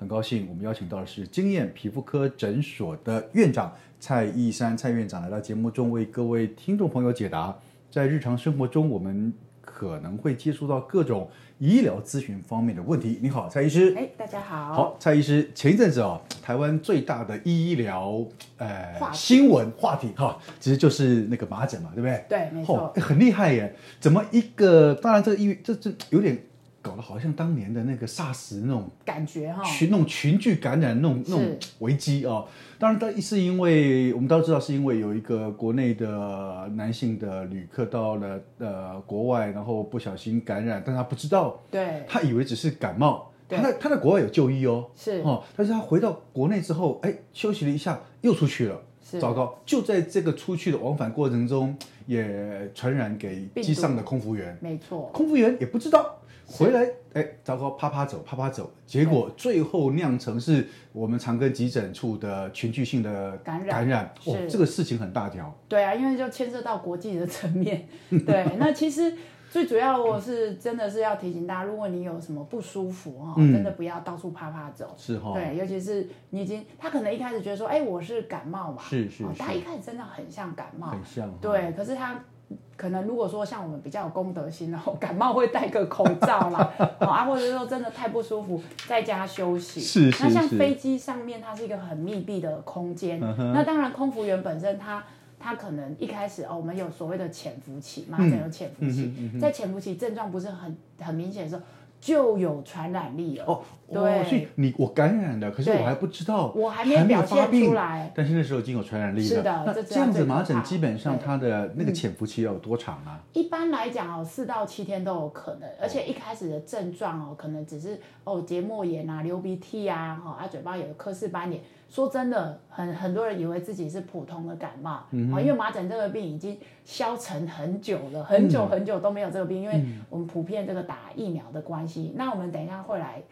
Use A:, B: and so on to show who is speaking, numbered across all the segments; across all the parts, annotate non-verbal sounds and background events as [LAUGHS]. A: 很高兴我们邀请到的是经验皮肤科诊所的院长蔡义山蔡院长来到节目中为各位听众朋友解答，在日常生活中我们可能会接触到各种医疗咨询方面的问题。你好，蔡医师。
B: 哎，大家好。
A: 好，蔡医师，前一阵子哦，台湾最大的医疗呃
B: 话题
A: 新闻话题哈、其实就是那个麻疹嘛，对不对？
B: 对没错
A: 哦哎很厉害耶！怎么一个？当然，这个医这这有点搞得好像当年的那个 SARS 那种
B: 感觉哈、
A: 群那种群聚感染那种那种
B: 哦是
A: 危机哦。当然，它是因为我们都知道，是因为有一个国内的男性的旅客到了呃国外，然后不小心感染，但他不知道，
B: 对，
A: 他以为只是感冒。
B: 对
A: 他在他在国外有就医哦，
B: 是
A: 哦，但是他回到国内之后，哎，休息了一下，又出去了，
B: 是
A: 糟糕！就在这个出去的往返过程中，也传染给
B: 病
A: 机上
B: 毒
A: 的空服员，
B: 没错，
A: 空服员也不知道，回来哎，糟糕，啪啪走，啪啪走，结果最后酿成是我们常跟急诊处的群聚性的
B: 感染
A: 感染，哦，
B: 是
A: 这个事情很大条，
B: 对啊，因为就牵涉到国际的
A: [LAUGHS]
B: 层面。对，那其实最主要我是真的是要提醒大家，如果你有什么不舒服哈、
A: 嗯哦
B: 真的不要到处啪啪走。
A: 是哈、
B: 对，尤其是你已经，他可能一开始觉得说，哎，我是感冒嘛，
A: 是是
B: 哦
A: 是
B: 他一开始真的很像感冒，
A: 很像、哦，
B: 对，可是他可能如果说像我们比较有公德心，然后感冒会戴个口罩
A: [LAUGHS]
B: 啦，哦啊，或者说真的太不舒服，在家休息。
A: 是是
B: 那像
A: 是
B: 飞机上面，它是一个很密闭的空间，
A: 嗯哼
B: 那当然空服员本身他。他可能一开始哦，我们有所谓的潜伏期，麻
A: 嗯
B: 疹有潜伏期，在潜伏期症状不是很很明显的时候，就有传染力了。
A: 哦，哦，
B: 对
A: 所以你我感染了，可是
B: 对
A: 我还不知道，
B: 我还
A: 没
B: 没有表
A: 发
B: 现
A: 病
B: 出来
A: 但是那时候已经有传染力了。
B: 是的
A: 那
B: 这
A: 这样
B: 这
A: 子
B: 样
A: 麻
B: 最
A: 疹
B: 可怕
A: 基本上
B: 对嗯
A: 它的那个潜伏期要有多长啊？
B: 一般来讲哦，四到七天都有可
A: 哦
B: 能，而且一开始的症状哦，可能只是哦结膜炎啊、流鼻涕啊，哈、啊嘴巴有科氏斑点。说真的，很很多人以为自己是普通的感冒，嗯、因为麻疹这个病已经消沉很久了，
A: 嗯
B: 很久很久都没有这个病，因为我们普遍这个打疫苗的关系。那我们等一下会来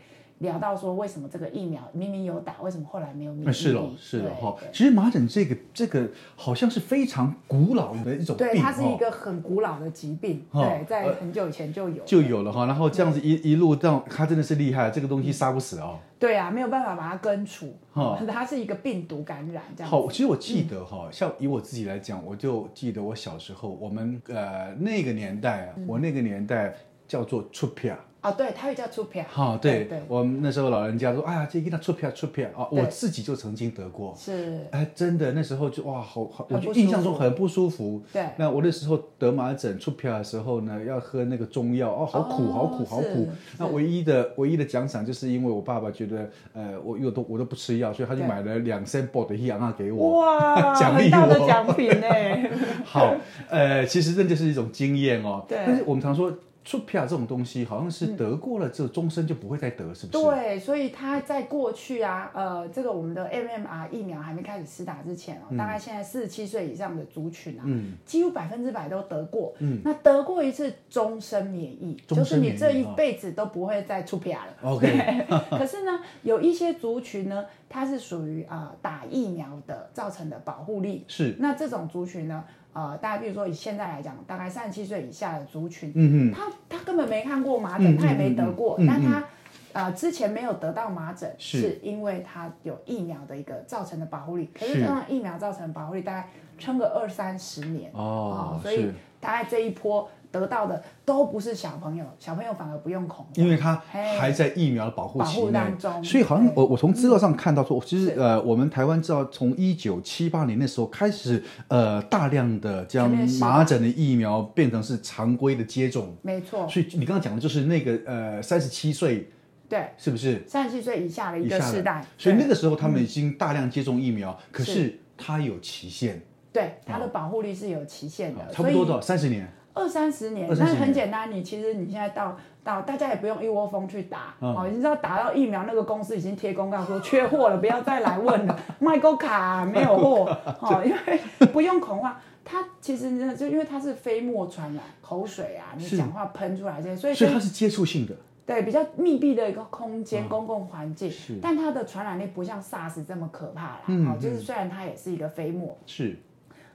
B: 聊到说，为什么这个疫苗明明有打，为什么后来没有免疫
A: 哎
B: 力？
A: 是了，是了
B: 嗯对
A: 哈。
B: 对
A: 其实麻疹这个这个好像是非常古老的一种病，
B: 对，它是
A: 哦
B: 一个很古老的疾病，
A: 哦
B: 对，在
A: 呃
B: 很久以前就有了
A: 就有了哈。然后这样子一一路到，它真的是厉害，这个东西杀不死哦。
B: 对啊，没有办法把它根除，
A: 哦
B: 它是一个病毒感染这样。
A: 好，其实我记
B: 嗯
A: 得哈，像以我自己来讲，我就记得我小时候，我们呃那个年代啊，
B: 嗯
A: 我那个年代叫做出片。
B: 哦，对，它会叫出票。
A: 哈、对，
B: 对，
A: 我们那时候老人家说，哎呀，这给他出票出票啊，
B: 对
A: 我自己就曾经得过，
B: 是，
A: 哎，真的那时候就哇，好，好我
B: 很不
A: 就
B: 舒服
A: 印象中很不舒服。
B: 对
A: 那我那时候得麻疹出票的时候呢，要喝那个中药，哦，好苦，
B: 哦
A: 好苦，
B: 是
A: 好苦
B: 是。
A: 那唯一的唯一的奖赏就是因为我爸爸觉得，呃，我又都我都不吃药，所以他就
B: 对
A: 买了两升 b o 的羊啊给我。
B: 哇，
A: 奖励
B: 很大的
A: 我
B: 奖品
A: [LAUGHS]
B: 呢。
A: 好，呃，其实这就是一种经验哦。
B: 对嗯
A: 但是我们常说出票这种东西，好像是得过了就终身就不会再得，是不是？。
B: 对，所以它在过去啊，呃，这个我们的 MMR 疫苗还没开始施打之前
A: 嗯
B: 哦，大概现在四十七岁以上的族群啊，几乎百分之百都得过。嗯，那得过一次，终身免疫，
A: 终
B: 就
A: 身
B: 是
A: 免疫哦
B: 你这一辈子都不会再出票了。
A: OK
B: 对可是呢，有一些族群呢，它是属于啊、呃打疫苗的造成的保护力
A: 是
B: 那这种族群呢，呃，大家比如说以现在来讲，大概三十七岁以下的族群，
A: 嗯
B: 他他根本没看过麻
A: 嗯嗯
B: 疹，他也没得过，
A: 嗯嗯
B: 但他呃之前没有得到麻疹，
A: 是
B: 因为他有疫苗的一个造成的保护力。可是
A: 是
B: 这种疫苗造成的保护力大概撑个二三十年啊
A: 哦
B: 所以
A: 是
B: 大概这一波得到的都不是小朋友，小朋友反而不用恐慌，
A: 因为它
B: 嘿
A: 还在疫苗的保护期
B: 哎保护
A: 内
B: 当，中
A: 所以好像
B: 对嗯
A: 我我从资料上看到说，其实
B: 是
A: 呃，我们台湾知道从一九七八年那时候开始，呃，大量的将
B: 全面施打
A: 麻疹的疫苗变成是常规的接种，
B: 没错，
A: 所以你刚刚讲的就是那个呃三十七岁
B: 对，
A: 是不是
B: 三十七岁以下的一
A: 以
B: 个
A: 下
B: 世代
A: 的，？所以
B: 对嗯
A: 那个时候他们已经大量接种疫苗，可
B: 是
A: 是它有期限，
B: 对它的保护力是有期限的，
A: 哦差不多的三十年。
B: 二三十年，
A: 二
B: 那
A: 三十年
B: 很简单。你其实你现在到到，大家也不用一窝蜂去打，
A: 嗯
B: 哦，你知道打到疫苗那个公司已经贴公告说缺货了，不要再来问了， [LAUGHS] 卖够卡没有
A: [LAUGHS]
B: 货，哦，因为不用恐慌。它其实呢，就因为它是飞沫传染，口水啊，你
A: 是
B: 讲话喷出来这些，所以
A: 所以
B: 跟
A: 它是接触性的，
B: 对比较密闭的一个空间、公共环境
A: 是，
B: 但它的传染力不像 SARS 这么可怕啦。
A: 嗯
B: 哦，就是虽然它也是一个飞沫，
A: 是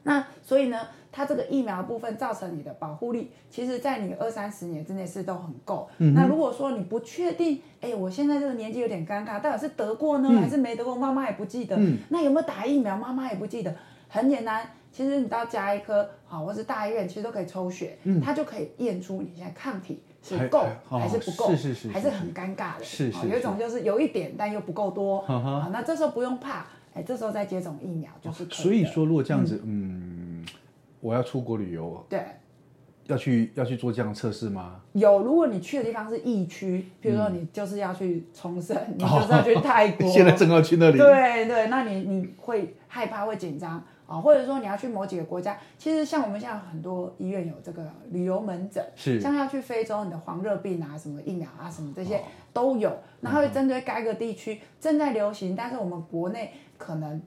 B: 那所以呢，它这个疫苗的部分造成你的保护力，其实在你二三十年之内是都很够。
A: 嗯
B: 那如果说你不确定，哎、我现在这个年纪有点尴尬，到底是得过呢，
A: 嗯
B: 还是没得过？妈妈也不记得。那有没有打疫苗？妈妈也不记得。很简单，其实你到加医科好，或是大医院，其实都可以抽血，它就可以验出你现在抗体是
A: 嗯还
B: 够
A: 还
B: 还是不够，
A: 哦是是是是
B: 还是很尴尬的。
A: 是是
B: 哦有一
A: 是嗯
B: 种就是有一点，但又不够多。
A: 哈哈
B: 好，那这时候不用怕，哎，这时候再接种疫苗就是可以的。
A: 哦所以说，如果这样子，嗯，我要出国旅游，
B: 对。
A: 要去要去做这样的测试吗？
B: 有，如果你去的地方是疫区，比如说你就是要去
A: [LAUGHS]
B: 冲绳，你就是要去泰国，
A: 嗯现在正要去那里，
B: 对对，那你你会害怕会紧张啊、或者说你要去某几个国家，其实像我们现在很多医院有这个旅游门诊，
A: 是
B: 像要去非洲，你的黄热病啊、什么疫苗啊、什么这
A: 哦
B: 些都有，
A: 嗯
B: 然后会针对该个地区正在流行，但是我们国内可能。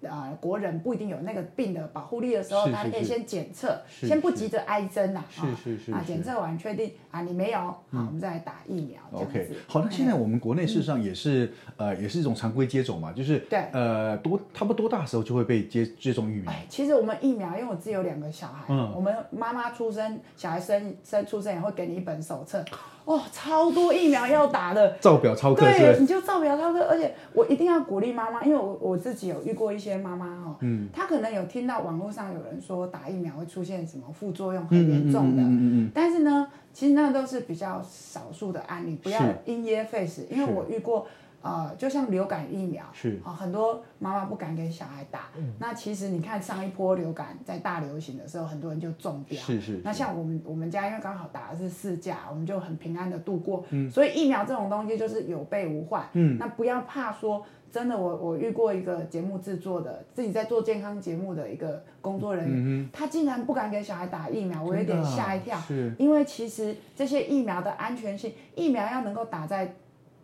B: 呃，国人不一定有那个病的保护力的时候，
A: 是
B: 他
A: 是
B: 可以
A: 是
B: 先检测，
A: 是
B: 先不
A: 是
B: 急着挨针啦，
A: 是
B: 啊
A: 是是
B: 啊，
A: 是
B: 检测完确定啊，你没有，好，我们再来打疫苗，这样
A: OK，
B: 子。
A: 好，那现在我们国内事实上也是、呃，也是一种常规接种嘛，就是
B: 对
A: 呃多差不多多大时候就会被接接种疫苗，
B: 哎，其实我们疫苗，因为我自己有两个小孩，
A: 嗯。
B: 我们妈妈出生，小孩生生出生也会给你一本手册，哦，超多疫苗要打的
A: 照表操课是不
B: 对，
A: 是？
B: 你就照表操课，而且我一定要鼓励妈妈，因为我我自己有遇过一些妈妈哦，嗯，她可能有听到网络上有人说打疫苗会出现什么副作用很严重的，
A: 嗯嗯嗯
B: 但是呢，其实那都是比较少数的案例，不要
A: 是
B: 因噎废食。因为
A: 是
B: 我遇过，呃，就像流感疫苗，
A: 是嗯
B: 啊、很多妈妈不敢给小孩打。那其实你看上一波流感在大流行的时候，很多人就中
A: 嗯，
B: 标。
A: 是是
B: 那像我们我们家因为刚好打的是四价，我们就很平安的度过。所以疫苗这种东西就是有备无患。
A: 嗯
B: 那不要怕说。真的我，我遇过一个节目制作的，自己在做健康节目的一个工作人
A: 嗯
B: 员，他竟然不敢给小孩打疫苗，我有点吓一跳。
A: 啊是
B: 因为其实这些疫苗的安全性，疫苗要能够打在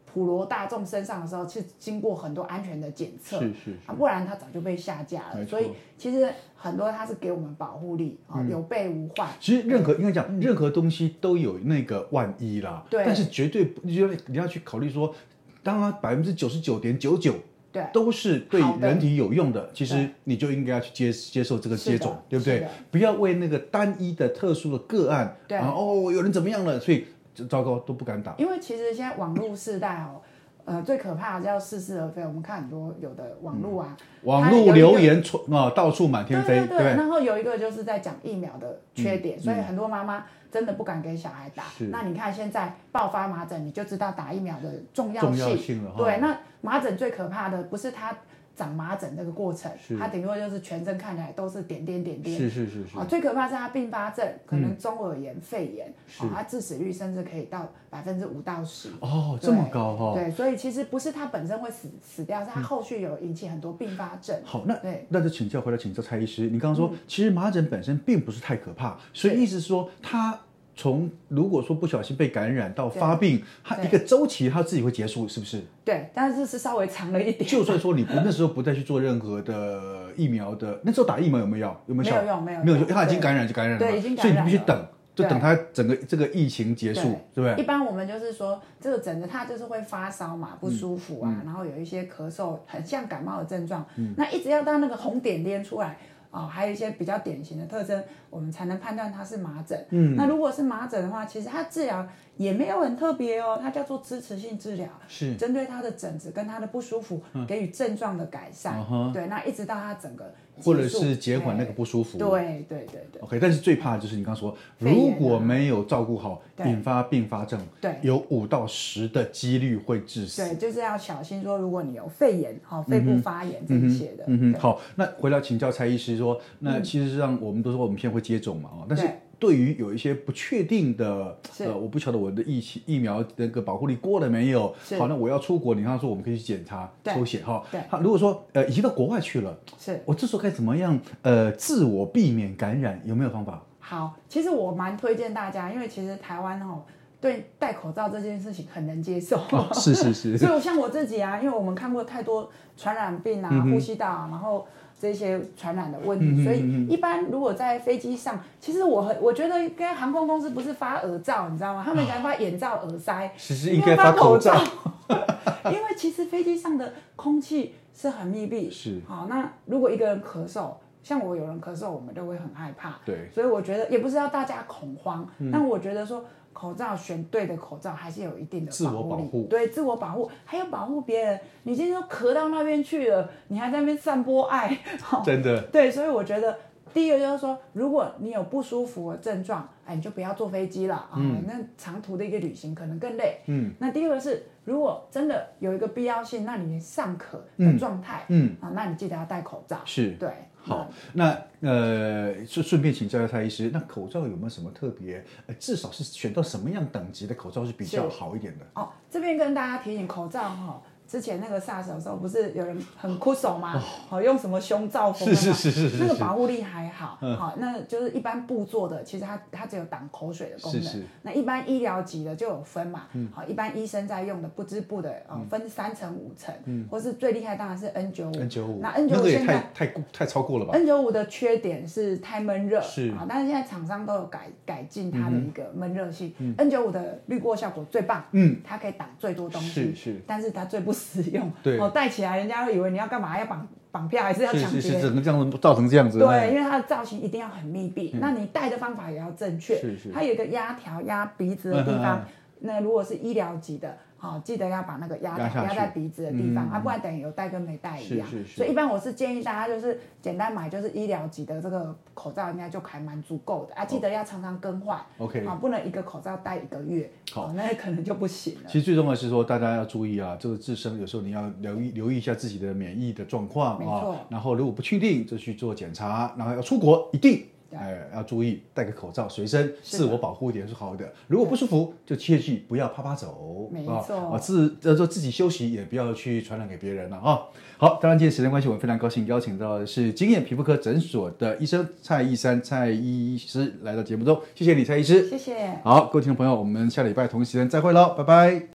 B: 普罗大众身上的时候，是经过很多安全的检测，
A: 是是
B: 啊，不然它早就被下架
A: 没
B: 了。
A: 错嗯
B: 所以其实很多它是给我们保护力啊、有备无患。
A: 其实任何应该讲，任何东西都有那个万一啦，
B: 对
A: 但是绝对不你就你要去考虑说，当然百分之九十九点九九
B: 对
A: 都是对
B: 好的
A: 人体有用的，其实
B: 对
A: 你就应该要去接接受这个接
B: 是
A: 种
B: 的，
A: 对不
B: 是
A: 对
B: 的？
A: 不要为那个单一的特殊的个案，
B: 对
A: 然后哦有人怎么样了，所以糟糕都不敢打，
B: 因为其实现在网络世代哦，呃，最可怕的叫似是而非。我们看很多有的网络啊，
A: 嗯网
B: 它有一
A: 络
B: 个
A: 留言传啊到处满天飞，
B: 对对对，然后有一个就是在讲疫苗的缺点，所以很多妈妈真的不敢给小孩打
A: 嗯是。
B: 那你看现在爆发麻疹，你就知道打疫苗的重要
A: 重要性了哈
B: 对，那麻疹最可怕的不是它长麻疹这个过程
A: 是，
B: 它顶多就是全身看起来都是点点点点。
A: 是是是是嗯
B: 啊，最可怕是它并发症，可能中耳炎、肺炎，
A: 是
B: 啊，它致死率甚至可以到百分之五到十。
A: 哦
B: 对
A: 这么高哈、嗯
B: 对，所以其实不是它本身会死死掉，是它后续有引起很多并发症。
A: 好，那
B: 对嗯
A: 那就请教回来，请教蔡医师，你刚刚说、其实麻疹本身并不是太可怕，所以
B: 对
A: 意思是说它从如果说不小心被感染到发病，它一个周期它自己会结束，是不
B: [LAUGHS]
A: 是？
B: 对，但是是稍微长了一点。
A: 就算说你不那时候不再去做任何的疫苗的，那时候打疫苗有没有效？有没有效？
B: 没有用没有用
A: 没有用，因为它已经
B: 对
A: 感染就感染了嘛，
B: 对已经感
A: 所以
B: 染
A: 你必须
B: 了
A: 等，就
B: 对
A: 等它整个这个疫情结束，对不对？
B: 一般我们就是说，这个疹子它就是会发烧嘛，不舒服
A: 嗯
B: 啊，然后有一些咳嗽，很像感冒的症状。那一直要到那个红点点出来，啊、还有一些比较典型的特征，我们才能判断它是麻疹。嗯，那如果是麻疹的话，其实它治疗也没有很特别哦，它叫做支持性治疗，
A: 是嗯
B: 针对它的疹子跟它的不舒服给予症状的改善。
A: 啊哈
B: 对，那一直到它整个
A: 或者
B: 结束
A: 是减缓那个不舒服。
B: 哎对对对对
A: OK，但是最怕的就是你刚刚说，
B: 肺炎
A: 如
B: 啊
A: 果没有照顾好，
B: 对
A: 引发并发症，
B: 对
A: 有五到十的几率会致死。
B: 对，就是要小心说，如果你有肺炎、哈、肺部发炎这一些的，
A: 嗯
B: 对嗯
A: 哼，好，那回到请教蔡医师说，那其实上我们都说我们现在会接种嘛，哦，但是
B: 对
A: 对于有一些不确定的，
B: 是
A: 呃，我不晓得我的疫情疫苗那个保护力过了没有，
B: 是
A: 好，那我要出国，你刚刚说我们可以去检查
B: 对
A: 抽血哈，
B: 对
A: 好，如果说呃已经到国外去了，
B: 是
A: 我这时候该怎么样呃自我避免感染，有没有方法？
B: 好，其实我蛮推荐大家，因为其实台湾哦，对戴口罩这件事情很能接受。
A: 是是是
B: 所以，我像我自己啊，因为我们看过太多传染病啊、
A: 嗯
B: 呼吸道、啊，然后这些传染的问题，所
A: 嗯
B: 以一般如果在飞机上，其实我很我觉得跟航空公司不是发耳罩，你知道吗？
A: 啊
B: 他们才发眼罩、耳塞，
A: 其实
B: 应
A: 应该
B: 发
A: 发口罩
B: 罩， [LAUGHS] 因为其实飞机上的空气是很密闭，
A: 是
B: 好。那如果一个人咳嗽，像我有人咳嗽，我们都会很害怕，
A: 对嗯
B: 所以我觉得也不是要大家恐慌，但我觉得说口罩选对的口罩还是有一定的
A: 自我
B: 保
A: 保
B: 护力
A: 护
B: 对自我保护，还有保护别人。你今天都咳到那边去了，你还在那边散播爱， [LAUGHS] 好
A: 真的
B: 对，所以我觉得第一个就是说，如果你有不舒服的症状，哎，你就不要坐飞机了啊、
A: 嗯
B: 那长途的一个旅行可能更累。嗯，那第二个是，如果真的有一个必要性，那你尚可的状态，
A: 嗯
B: 啊，那你记得要戴口罩。
A: 是
B: 对，
A: 好，哦那呃，顺顺便请教一下蔡医师，那口罩有没有什么特别？呃，至少是选到什么样等级的口罩是比较
B: 是
A: 好一点的？
B: 哦，这边跟大家提醒，口罩哈、之前那个 SARS 的时候，不是有人很酷手吗？哦，用什么胸罩封的嘛？
A: 是是是是是嗯
B: 那个
A: 是
B: 保护力还好。好、那就是一般布做的，其实它它只有挡口水的功能。
A: 是嗯是
B: 那一般医疗级的就有分嘛。好、一般医生在用的不织布的，哦，
A: 嗯
B: 分三层、五层，或是最厉害当然是 N 九五。
A: N 九五，
B: 那 N 九
A: 那
B: 五
A: 个也
B: 现在
A: 太太过太超过了吧？
B: N 九五的缺点是太闷热，
A: 是
B: 啊，但是现在厂商都有改改进它的一个闷热性。N 九五的滤过效果最棒，
A: 嗯，
B: 它可以挡最多东西，
A: 是是
B: 但是它最不实用，
A: 对
B: 哦，戴起来人家会以为你要干嘛，要绑绑票还是要
A: 是
B: 抢劫，
A: 是是，整个这样子造成这样子，哎
B: 对，因为它的造型一定要很密闭，那你戴的方法也要正确。
A: 嗯是是
B: 它有一个压条压鼻子的地
A: 嗯嗯
B: 方，
A: 嗯
B: 那如果是医疗级的，好、记得要把那个压
A: 压下
B: 条
A: 去嗯
B: 压在鼻子的地方，啊，不然等于有戴跟没戴一样。
A: 是是是
B: 所以一般我是建议大家就是简单买就是医疗级的这个口罩，应该就还蛮足够的啊，记得要常常更换。
A: 哦 OK
B: 啊、不能一个口罩戴一个月，
A: 好
B: 哦那可能就不行了。
A: 其实最重要的是说，大家要注意啊，这个自身有时候你要留意留意一下自己的免疫的状况
B: 没
A: 啊
B: 错。
A: 然后如果不确定，就去做检查。然后要出国，一定
B: 对
A: 哎、要注意戴个口罩随身，
B: 是
A: 自
B: 的
A: 我保护一点是好的。如果不舒服，就切记不要啪啪走，
B: 没
A: 啊
B: 错
A: 啊，自要说自己休息，也不要去传染给别人了啊。好，当然今天时间关系，我们非常高兴邀请到的是经验皮肤科诊所的医生蔡医山蔡医师来到节目中，谢谢你蔡医师。
B: 谢谢。
A: 好，各位听众朋友，我们下礼拜同一时间再会喽，拜拜。